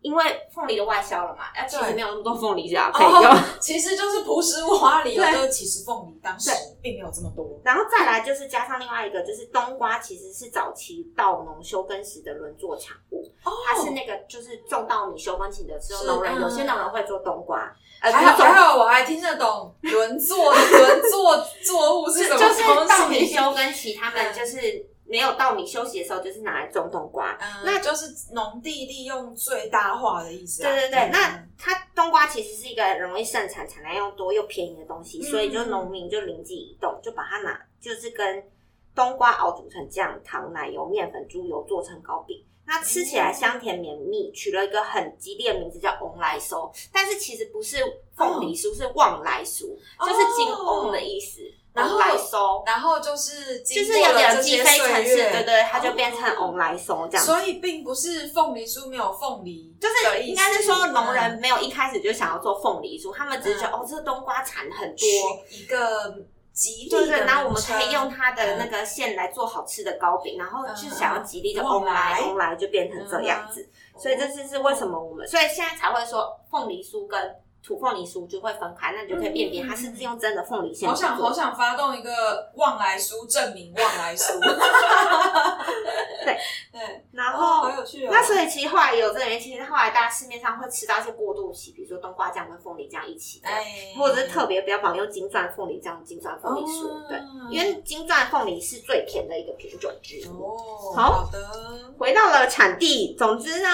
Speaker 1: 因为凤梨都外销了嘛，哎那其实
Speaker 2: 对
Speaker 1: 没有那么多凤梨夹可以用。
Speaker 2: 哦，其实就是朴实无华理由，
Speaker 1: 对
Speaker 2: 就是其实凤梨当时并没有这么多。
Speaker 1: 然后再来就是加上另外一个，就是冬瓜其实是早期稻农休耕时的轮作产物，
Speaker 2: 哦
Speaker 1: 它是那个就是种稻米休耕期的时候，
Speaker 2: 是
Speaker 1: 农人有
Speaker 2: 嗯
Speaker 1: 些农人会做冬瓜，呃，
Speaker 2: 还好
Speaker 1: 不是
Speaker 2: 还
Speaker 1: 种
Speaker 2: 好，我还听得懂轮作轮作作物是什 么
Speaker 1: 就
Speaker 2: 东西。
Speaker 1: 是稻 米休耕期，他们
Speaker 2: 嗯
Speaker 1: 就是没有稻米休息的时候，就是拿来种冬瓜。
Speaker 2: 嗯，
Speaker 1: 那
Speaker 2: 那就是农地利用最大化的意思、啊。
Speaker 1: 对对对，
Speaker 2: 嗯
Speaker 1: 那它冬瓜其实是一个容易盛产、产量又多又便宜的东西，
Speaker 2: 嗯
Speaker 1: 所以就农民就灵机一动，就把它拿，就是跟冬瓜熬煮成酱、糖、奶油、面粉、猪油做成糕饼。那吃起来香甜绵密，取了一个很吉利的名字叫“翁来酥”，但是其实不是凤梨酥，是旺来酥，
Speaker 2: 哦
Speaker 1: 就是金翁的意思。
Speaker 2: 然后
Speaker 1: 翁来酥
Speaker 2: 然后就是
Speaker 1: 就
Speaker 2: 经
Speaker 1: 是
Speaker 2: 过
Speaker 1: 有
Speaker 2: 了
Speaker 1: 点
Speaker 2: 这
Speaker 1: 鸡
Speaker 2: 些
Speaker 1: 飞城
Speaker 2: 岁
Speaker 1: 市，
Speaker 2: 月，哦
Speaker 1: 对对，它就变成翁来酥这样子。
Speaker 2: 所以并不是凤梨酥没有凤梨
Speaker 1: 就
Speaker 2: 的意思，
Speaker 1: 是应该是说农人
Speaker 2: 嗯
Speaker 1: 没有一开始就想要做凤梨酥，他们只是觉得、哦，这个冬瓜产很
Speaker 2: 取
Speaker 1: 多，
Speaker 2: 一个吉利
Speaker 1: 对
Speaker 2: 的名称，哦
Speaker 1: 对，然后我们可以用它的那个馅来做好吃的糕饼，然后就想要吉利的
Speaker 2: 嗯嗯
Speaker 1: 翁来
Speaker 2: 嗯
Speaker 1: 翁来就变成这样子，所以这就是为什么我们所以现在才会说凤梨酥跟土凤梨酥就会分开，那你就可以辨
Speaker 2: 嗯
Speaker 1: 别它是不是用真的凤梨馅
Speaker 2: 好
Speaker 1: 去做。
Speaker 2: 想好想发动一个望来书证明望来 书，
Speaker 1: 对
Speaker 2: 对，
Speaker 1: 然
Speaker 2: 哦，
Speaker 1: 后
Speaker 2: 好有趣哦。
Speaker 1: 那所以其实后来也有这个原因，其实后来大家市面上会吃到一些过渡期，比如说冬瓜酱跟凤梨酱一起的，
Speaker 2: 哎，
Speaker 1: 或者是特别标榜用金钻凤梨酱、金钻凤梨酥，
Speaker 2: 哦
Speaker 1: 对，因为金钻凤梨是最甜的一个品种之一。
Speaker 2: 哦，
Speaker 1: 好
Speaker 2: 好的，
Speaker 1: 回到了产地，总之呢，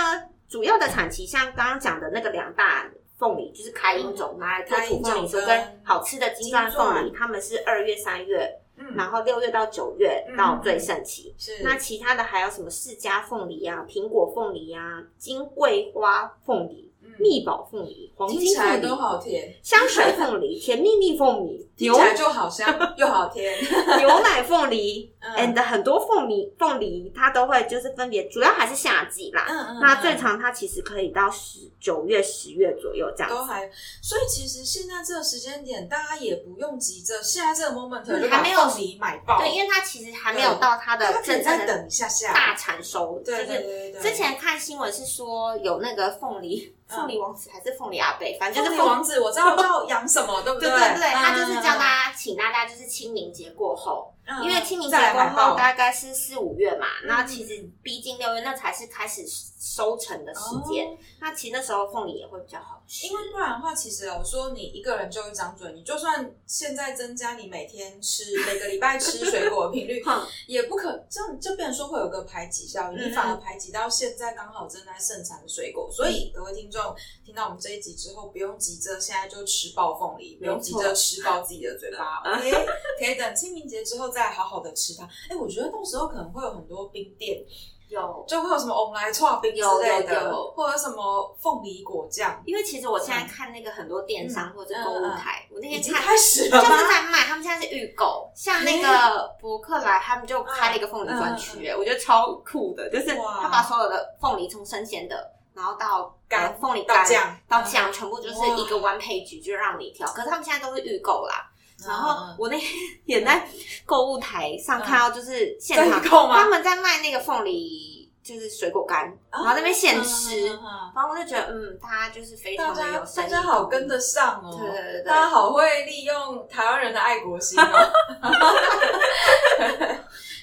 Speaker 1: 主要的产期像刚刚讲的那个两大凤梨，就是开音种拿来做土凤梨酥，
Speaker 2: 哦开音种
Speaker 1: 跟好吃的金钻凤梨，它们是二月、三月，
Speaker 2: 嗯，
Speaker 1: 然后六月到九月
Speaker 2: 嗯
Speaker 1: 到最盛期。
Speaker 2: 是
Speaker 1: 那其他的还有什么释迦凤梨啊、苹果凤梨啊、金桂花凤梨、
Speaker 2: 嗯
Speaker 1: 蜜宝凤梨、黄
Speaker 2: 听起
Speaker 1: 金
Speaker 2: 来
Speaker 1: 凤
Speaker 2: 都
Speaker 1: 梨、
Speaker 2: 好甜，
Speaker 1: 香水凤梨、甜蜜蜜凤梨、
Speaker 2: 听
Speaker 1: 牛
Speaker 2: 起来就 好香又好甜，
Speaker 1: 牛奶凤梨
Speaker 2: 嗯
Speaker 1: and 很多凤梨凤梨，它都会就是分别，主要还是夏季啦。
Speaker 2: 嗯嗯
Speaker 1: 那最长它其实可以到十九月、十月左右这样
Speaker 2: 都
Speaker 1: 子，
Speaker 2: 还，所以其实现在这个时间点，大家也不用急着，现在这个 moment
Speaker 1: 嗯
Speaker 2: 就
Speaker 1: 还
Speaker 2: 把
Speaker 1: 没有
Speaker 2: 凤梨买爆，
Speaker 1: 对，因为它其实还没有到它
Speaker 2: 大
Speaker 1: 的
Speaker 2: 家可以
Speaker 1: 真
Speaker 2: 再
Speaker 1: 正的
Speaker 2: 等一下下，
Speaker 1: 大产收，就
Speaker 2: 对
Speaker 1: 是
Speaker 2: 对对对对，
Speaker 1: 之前看新闻是说有那个凤梨
Speaker 2: 嗯
Speaker 1: 凤梨王子还是凤梨阿贝，反正
Speaker 2: 就
Speaker 1: 就是是
Speaker 2: 王子，我知道叫养什么，对 不
Speaker 1: 对
Speaker 2: 对
Speaker 1: 对对，他
Speaker 2: 嗯
Speaker 1: 就是叫大家请大家就是清明节过后，
Speaker 2: 嗯
Speaker 1: 因为清明节
Speaker 2: 再来
Speaker 1: 过
Speaker 2: 买
Speaker 1: 后
Speaker 2: 爆
Speaker 1: 大概是四五月嘛，
Speaker 2: 嗯
Speaker 1: 那其实逼近六月，那才是开始收成的时间。
Speaker 2: 哦
Speaker 1: 那其实那时候凤梨也会比较好吃
Speaker 2: 因。为不然的话，其实我说你一个人就一张嘴，你就算现在增加你每天吃每个礼拜吃水果的嗯频率，
Speaker 1: 哼，
Speaker 2: 也不可这样就变成说会有个排挤效应，
Speaker 1: 嗯
Speaker 2: 你反而排挤到现在刚好正在盛产的水果。所以各位听众听到我们这一集之后，不用急着现在就吃爆凤梨，不用急着吃爆自己的嘴 巴，OK？可以等清明节之后再好好的吃它。哎，我觉得到时候可能会有很多冰店，
Speaker 1: 有，
Speaker 2: 就会有什么翁来串冰之类
Speaker 1: 有有
Speaker 2: 的
Speaker 1: 有，
Speaker 2: 或者什么凤梨果酱，
Speaker 1: 因为其实我现在看那个很多电商或者购物台，我那
Speaker 2: 已
Speaker 1: 天
Speaker 2: 经
Speaker 1: 嗯看。
Speaker 2: 开始了
Speaker 1: 就是
Speaker 2: 吗？
Speaker 1: 在卖，他们现嗯在是预购，像那个博客来，他们就开了一个凤梨专区、哎我觉得超酷的，就是
Speaker 2: 哇
Speaker 1: 他把所有的凤梨从生鲜的，然后到
Speaker 2: 干
Speaker 1: 呃凤梨
Speaker 2: 到
Speaker 1: 干
Speaker 2: 酱
Speaker 1: 到酱，全部就是一个
Speaker 2: 哇
Speaker 1: one page 就让你挑，可是他们现在都是预购啦，然
Speaker 2: 然
Speaker 1: 后
Speaker 2: 后
Speaker 1: 我那天 也在购物台上看到，就是现场
Speaker 2: 在购吗
Speaker 1: 他们嗯在卖那个凤梨，就是水果干，然后在那边现吃，
Speaker 2: 嗯嗯嗯
Speaker 1: 然后我就觉得，嗯，他就是非
Speaker 2: 大
Speaker 1: 常的
Speaker 2: 家
Speaker 1: 有生
Speaker 2: 大
Speaker 1: 意，
Speaker 2: 家好跟，得上哦，
Speaker 1: 对对对对
Speaker 2: 大家好会利用台湾人的爱国心 哦。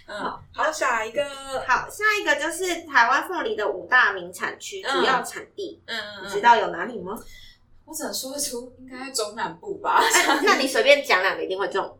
Speaker 2: 嗯，好，下一个，
Speaker 1: 好，下一个就是台湾凤梨的五大名产区
Speaker 2: 嗯
Speaker 1: 主要产地，
Speaker 2: 嗯嗯
Speaker 1: 你知
Speaker 2: 嗯，
Speaker 1: 道有哪里 吗？
Speaker 2: 我只能说出应该中南部吧，
Speaker 1: 哎那你随便讲两个一定会中，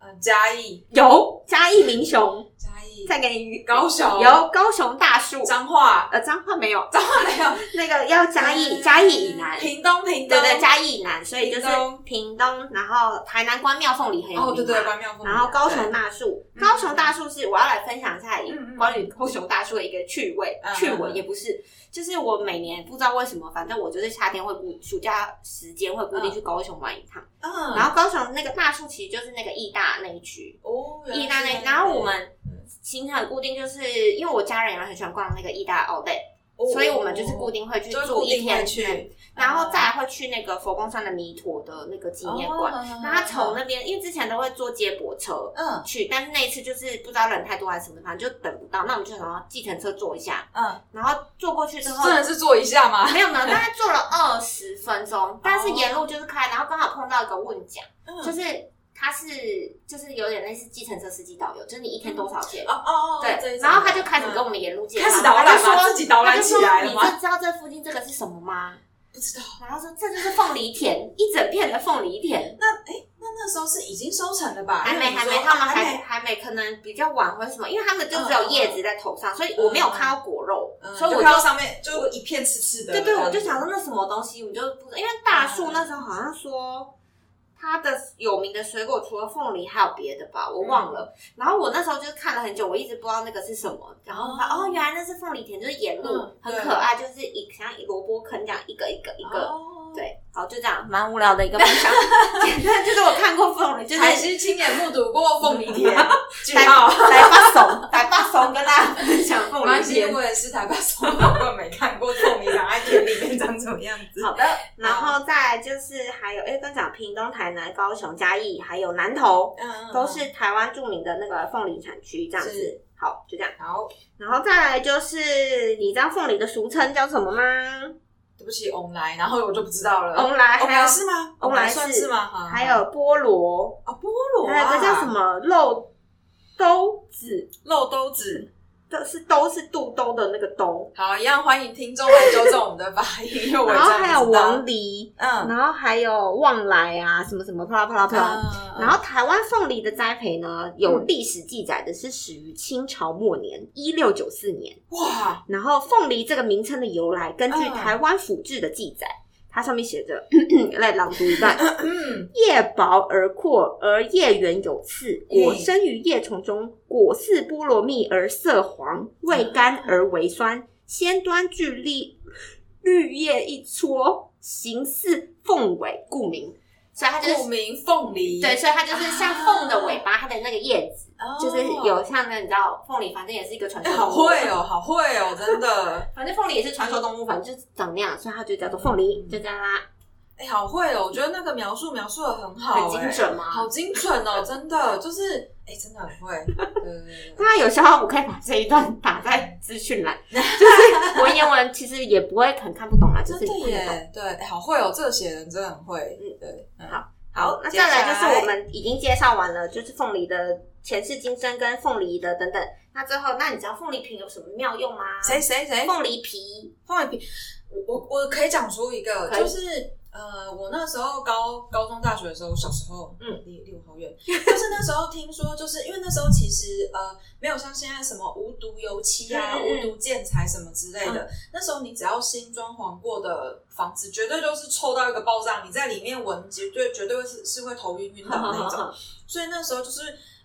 Speaker 2: 嗯，嘉义，
Speaker 1: 有嘉义民雄，
Speaker 2: 嘉义，
Speaker 1: 再给你
Speaker 2: 高雄，
Speaker 1: 有高雄大树，
Speaker 2: 彰化，
Speaker 1: 呃，彰化没有，
Speaker 2: 彰化没有，
Speaker 1: 那个要嘉义，嘉义以南，
Speaker 2: 屏东，嗯屏
Speaker 1: 对
Speaker 2: 东，
Speaker 1: 对，嘉义南，所以就是
Speaker 2: 屏东
Speaker 1: 屏东，然后台南关庙凤梨很有名嘛
Speaker 2: 哦，对对，关庙凤梨，
Speaker 1: 然后高雄大树，
Speaker 2: 对
Speaker 1: 高雄大树是我要来分享一下
Speaker 2: 嗯嗯
Speaker 1: 关于高雄大树的一个趣味
Speaker 2: 嗯嗯
Speaker 1: 趣闻，
Speaker 2: 嗯
Speaker 1: 也不是，就是我每年不知道为什么，反正我就是夏天会固暑假时间会固定去高雄玩一趟，
Speaker 2: 对，嗯，
Speaker 1: 然后高雄那个大树其实就是那个义大那一区，
Speaker 2: 哦，原来
Speaker 1: 义
Speaker 2: 是
Speaker 1: 大
Speaker 2: 这
Speaker 1: 那，
Speaker 2: 样
Speaker 1: 然后我们
Speaker 2: 嗯
Speaker 1: 行程很固定，就是因为我家人也很喜欢逛那个义大奥莱，
Speaker 2: 哦
Speaker 1: 所以我们就是固定会去
Speaker 2: 就是
Speaker 1: 住
Speaker 2: 固
Speaker 1: 一
Speaker 2: 定会
Speaker 1: 天，
Speaker 2: 去，
Speaker 1: 然后再来会去那个佛光山的弥陀的那个纪念
Speaker 2: 哦
Speaker 1: 馆。那他从那边，因为之前都会坐接驳车
Speaker 2: 嗯
Speaker 1: 去，但是那一次就是不知道人太多还是什么，反正就等不到。那我们就想要计程车坐一下，
Speaker 2: 嗯，
Speaker 1: 然后坐过去之后
Speaker 2: 真，的是坐一下吗？
Speaker 1: 没有没有，大概坐了二十分钟，但
Speaker 2: 哦
Speaker 1: 是沿路就是开，然后刚好碰到一个问讲，
Speaker 2: 嗯
Speaker 1: 就是他是就是有点类似计程车司机导游，就是你一天多少钱？
Speaker 2: 哦哦哦，这
Speaker 1: 对，
Speaker 2: 一种嗯
Speaker 1: 然后他就开始跟我们沿路介绍，
Speaker 2: 开始导览
Speaker 1: 他就
Speaker 2: 吗
Speaker 1: 说
Speaker 2: 自己导览起来了吗
Speaker 1: 他就说你这知道这附近这个是什么吗？
Speaker 2: 不知道。
Speaker 1: 然后说这就是凤梨田，一整片的凤梨田，
Speaker 2: 那哎，那那时候是已经收成了吧？
Speaker 1: 还没
Speaker 2: 因为
Speaker 1: 还
Speaker 2: 你
Speaker 1: 没，
Speaker 2: 说
Speaker 1: 他们
Speaker 2: 哦
Speaker 1: 还
Speaker 2: 没
Speaker 1: 还没，可能比较晚或什么，因为他们就只有叶子在头上，所以我没有看到果肉，
Speaker 2: 嗯
Speaker 1: 所以我
Speaker 2: 就看到上面就一片刺刺的。嗯
Speaker 1: 对对，我就想说那什么东西，我就不知道，因为大树那时候好像说。它的有名的水果除了凤梨还有别的吧，
Speaker 2: 嗯
Speaker 1: 我忘了。然后我那时候就看了很久，我一直不知道那个是什么。然后发哦，原来那是凤梨田，就是沿路、
Speaker 2: 嗯
Speaker 1: 很
Speaker 2: 对
Speaker 1: 可爱，就是一像一萝卜坑这样一个一个一个。
Speaker 2: 哦，
Speaker 1: 对，好就这样，蛮无聊的一个分 享。简单就是我看过凤梨，就是
Speaker 2: 还是亲眼目睹过凤梨 田，句
Speaker 1: 来
Speaker 2: 号。
Speaker 1: 来发怂，来发怂跟大家分享
Speaker 2: 哦没
Speaker 1: 凤梨
Speaker 2: 关系，
Speaker 1: 田。
Speaker 2: 我也是台北松，我也没看过凤梨长在田里面长什么样子。
Speaker 1: 好的，然后再来就是还有，哎，刚讲屏东、台南、高雄、嘉义，还有南投，
Speaker 2: 嗯嗯，嗯
Speaker 1: 都是台湾著名的那个凤梨产区，这样子
Speaker 2: 是。
Speaker 1: 好，就这样。
Speaker 2: 好。
Speaker 1: 然后再来就是，你知道凤梨的俗称叫什么吗？
Speaker 2: 对不起，翁来，然后我就不知道了。
Speaker 1: 翁来，
Speaker 2: 翁
Speaker 1: 啊还有
Speaker 2: 来是吗？
Speaker 1: 翁来
Speaker 2: 算
Speaker 1: 是
Speaker 2: 是吗？哈
Speaker 1: 还有菠萝，
Speaker 2: 啊，菠萝
Speaker 1: 还有
Speaker 2: 啊，
Speaker 1: 一个叫什么肉兜子，
Speaker 2: 肉兜子。
Speaker 1: 都是兜是肚兜的那个兜。
Speaker 2: 好，一样欢迎听众来纠正我们的发音，因为我
Speaker 1: 然
Speaker 2: 也
Speaker 1: 后
Speaker 2: 真的
Speaker 1: 还有
Speaker 2: 不知道
Speaker 1: 王梨，
Speaker 2: 嗯，
Speaker 1: 然后还有旺来啊，什么什么啪啦啪啦啪啦。
Speaker 2: 嗯
Speaker 1: 啊然后台湾凤梨的栽培呢，有历史记载的是始于清朝末年，一六九四年。
Speaker 2: 哇，
Speaker 1: 然后凤梨这个名称的由来，根据
Speaker 2: 嗯
Speaker 1: 台湾府志的记载，它上面写着， 来朗读一段：
Speaker 2: 嗯，
Speaker 1: 叶薄而阔，而叶圆有刺，果生于叶丛中，果似菠萝蜜而色黄，味甘而为酸，先端具粒，绿叶一撮，形似凤尾，故名。所以它就是
Speaker 2: 顾名凤
Speaker 1: 嗯
Speaker 2: 梨，哦
Speaker 1: 对，，所以它就是像凤的尾巴，它的那个叶子就是有像那你知道凤梨，反正也是一个传
Speaker 2: 哎
Speaker 1: 说
Speaker 2: 好
Speaker 1: 动物，
Speaker 2: 会哦，好会哦，真的，
Speaker 1: 反正凤梨也是传说动物，反正就是长那样，所以它就叫做凤梨，就这样啦，
Speaker 2: 哎，好会哦，我觉得那个描述描述的很好，
Speaker 1: 很精准啊
Speaker 2: 哎，
Speaker 1: 嘛。
Speaker 2: 好精准哦，真的，就是，哎，真的很会，对对 对对
Speaker 1: 大家有需要，我可以把这一段打在资讯 栏，就是文言文其实也不会很看不懂啦，就是
Speaker 2: 真的
Speaker 1: 你看得懂。
Speaker 2: 耶，对，哎好会哦，这个写人真的很会，嗯，对，嗯
Speaker 1: 好，好，那
Speaker 2: 接
Speaker 1: 再来
Speaker 2: 下
Speaker 1: 就是我们已经介绍完了，就是凤梨的前世今生跟凤梨的等等。那最后，那你知道凤梨皮有什么妙用吗？
Speaker 2: 谁谁谁
Speaker 1: 凤梨皮，
Speaker 2: 凤梨皮，我我我可以讲出一个，
Speaker 1: 可以
Speaker 2: 就是呃，我那时候高高中大学的时候，小时候，
Speaker 1: 嗯
Speaker 2: 嗯，离离我好远，就是那时候听说，就是因为那时候其实呃，没有像现在什么无毒油漆啊、
Speaker 1: 嗯嗯嗯
Speaker 2: 无毒建材什么之类的，那时候你只要新装潢过的房子，绝对就是臭到一个爆炸，你在里面闻，绝对绝对会是是会头晕晕倒 那种。所以那时候就是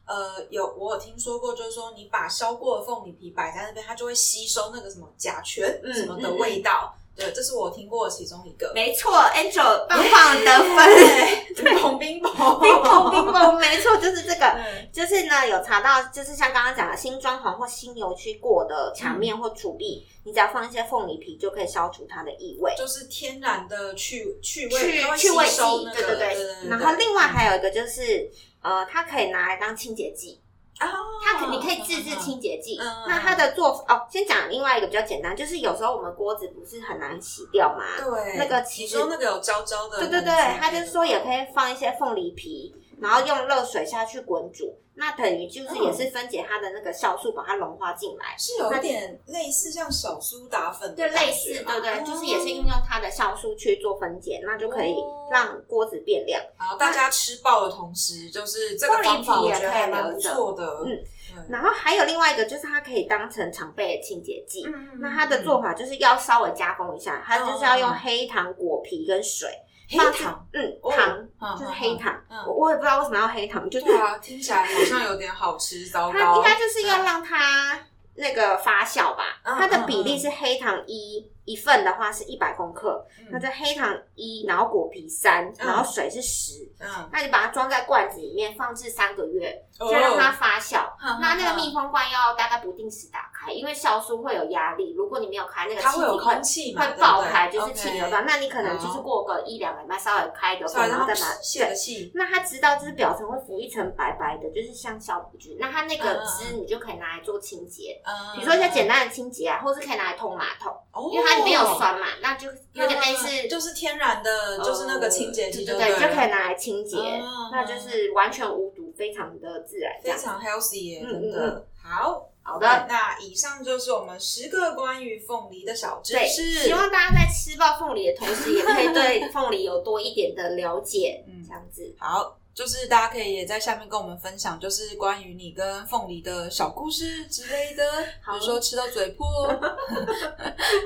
Speaker 2: 呃，有我有听说过，就是说你把削过的凤梨皮摆在那边，它就会吸收那个什么甲醛
Speaker 1: 嗯
Speaker 2: 什么的味道。对，这是我听过的其中一个。
Speaker 1: 没错，Angel 棒棒得分，
Speaker 2: 对，冰棒 冰棒
Speaker 1: 冰棒冰棒，没错，就是这个。
Speaker 2: 对
Speaker 1: 就是呢，有查到，就是像刚刚讲的新装潢或新油漆过的墙面或储壁，你只要放一些凤梨皮，就可以消除它的异味。
Speaker 2: 就是天然的去去味，它
Speaker 1: 去去
Speaker 2: 会
Speaker 1: 味
Speaker 2: 吸
Speaker 1: 剂
Speaker 2: 收，那
Speaker 1: 对
Speaker 2: 个，
Speaker 1: 对
Speaker 2: 对对。啊
Speaker 1: 然后另外
Speaker 2: 有
Speaker 1: 还有一个就是，呃，它可以拿来当清洁剂，它可你可以自制清洁剂。
Speaker 2: 哦嗯嗯嗯
Speaker 1: 那它的做法哦，先讲另外一个比较简单，就是有时候我们锅子不是很难洗掉吗？
Speaker 2: 对
Speaker 1: 那个其
Speaker 2: 其
Speaker 1: 实
Speaker 2: 中那个有焦焦的
Speaker 1: 对
Speaker 2: 痕迹，
Speaker 1: 对对，他就说也可
Speaker 2: 以
Speaker 1: 以放一些凤梨皮，然后用热水下去滚煮，那等于就是也是分解它的那个酵素，把它融化进来。
Speaker 2: 是有一点类似像小苏打粉
Speaker 1: 就
Speaker 2: 的
Speaker 1: 类
Speaker 2: 感
Speaker 1: 似，
Speaker 2: 觉哦
Speaker 1: 对不
Speaker 2: 嘛，
Speaker 1: 对？就是也是运用它的酵素去做分解，那就可以
Speaker 2: 哦
Speaker 1: 让锅子变亮。
Speaker 2: 然后大家吃爆的同时，就是这个方法我觉得还蛮不错的。
Speaker 1: 凤梨
Speaker 2: 嗯，
Speaker 1: 然后还有另外一个就是它可以当成常备的清洁剂。
Speaker 2: 嗯哦
Speaker 1: 那它的做法就是要稍微加工一下，它就是要用黑糖果皮跟水，
Speaker 2: 黑
Speaker 1: 放进
Speaker 2: 糖，
Speaker 1: 嗯，
Speaker 2: 哦
Speaker 1: 糖
Speaker 2: 嗯
Speaker 1: 就是黑。糖
Speaker 2: 嗯。嗯
Speaker 1: 我我也不知道为什么要黑糖，就是
Speaker 2: 对啊，听起来好像有点好吃，糟
Speaker 1: 它
Speaker 2: 糕。
Speaker 1: 应该就是要让它那个发酵吧。
Speaker 2: 嗯
Speaker 1: 它的比例是黑糖一一份的话是一百公克，那
Speaker 2: 嗯
Speaker 1: 就黑糖一，然后果皮三，然后水是十。
Speaker 2: 嗯，
Speaker 1: 那你把它装在罐子里面放置三个月，
Speaker 2: 哦
Speaker 1: 就让它发酵。
Speaker 2: 嗯嗯
Speaker 1: 那那个密封罐要大概不定时打开，因为酵素会有压力，如果你没有开那个气
Speaker 2: 嗯它
Speaker 1: 体
Speaker 2: 会有
Speaker 1: 会
Speaker 2: 空气嘛，
Speaker 1: 会爆开，
Speaker 2: 对
Speaker 1: 就
Speaker 2: 不
Speaker 1: 是
Speaker 2: 对哦
Speaker 1: 气流到，那你可能就是过个一两个礼拜稍微开个缝，
Speaker 2: OK，算
Speaker 1: 然
Speaker 2: 了，
Speaker 1: 后再
Speaker 2: 然
Speaker 1: 把
Speaker 2: 后泄个气，
Speaker 1: 那它知道就是表层会浮一层白白的，就是像酵母菌。那它那个
Speaker 2: 嗯
Speaker 1: 汁你就可以拿来做清洁，
Speaker 2: 嗯
Speaker 1: 比如说一些简单的清洁啊，或是可以拿来通马桶，
Speaker 2: 哦
Speaker 1: 因为它里面有酸嘛，那就有点类似
Speaker 2: 嗯，就是天然的，就是那个清洁剂，
Speaker 1: 对
Speaker 2: 对
Speaker 1: 对，
Speaker 2: 了，
Speaker 1: 就可以拿来清洁，
Speaker 2: 嗯
Speaker 1: 那就是完全无毒，非常的自然这
Speaker 2: 非
Speaker 1: 样。
Speaker 2: 常 healthy 耶，
Speaker 1: 嗯
Speaker 2: 真的好。
Speaker 1: 好的，
Speaker 2: 那以上就是我们十个关于凤梨的小知
Speaker 1: 对，
Speaker 2: 识
Speaker 1: 希。望大家在吃爆凤梨的同时，也可以 对凤梨有多一点的了解，
Speaker 2: 嗯
Speaker 1: 这样子。
Speaker 2: 好，就是大家可以也在下面跟我们分享，就是关于你跟凤梨的小故事之类的，比
Speaker 1: 好
Speaker 2: 如说吃到嘴 破。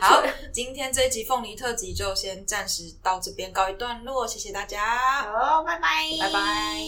Speaker 2: 好，今天这一集凤梨特辑就先暂时到这边告一段落，谢谢大家，
Speaker 1: 好，拜拜，
Speaker 2: 拜拜。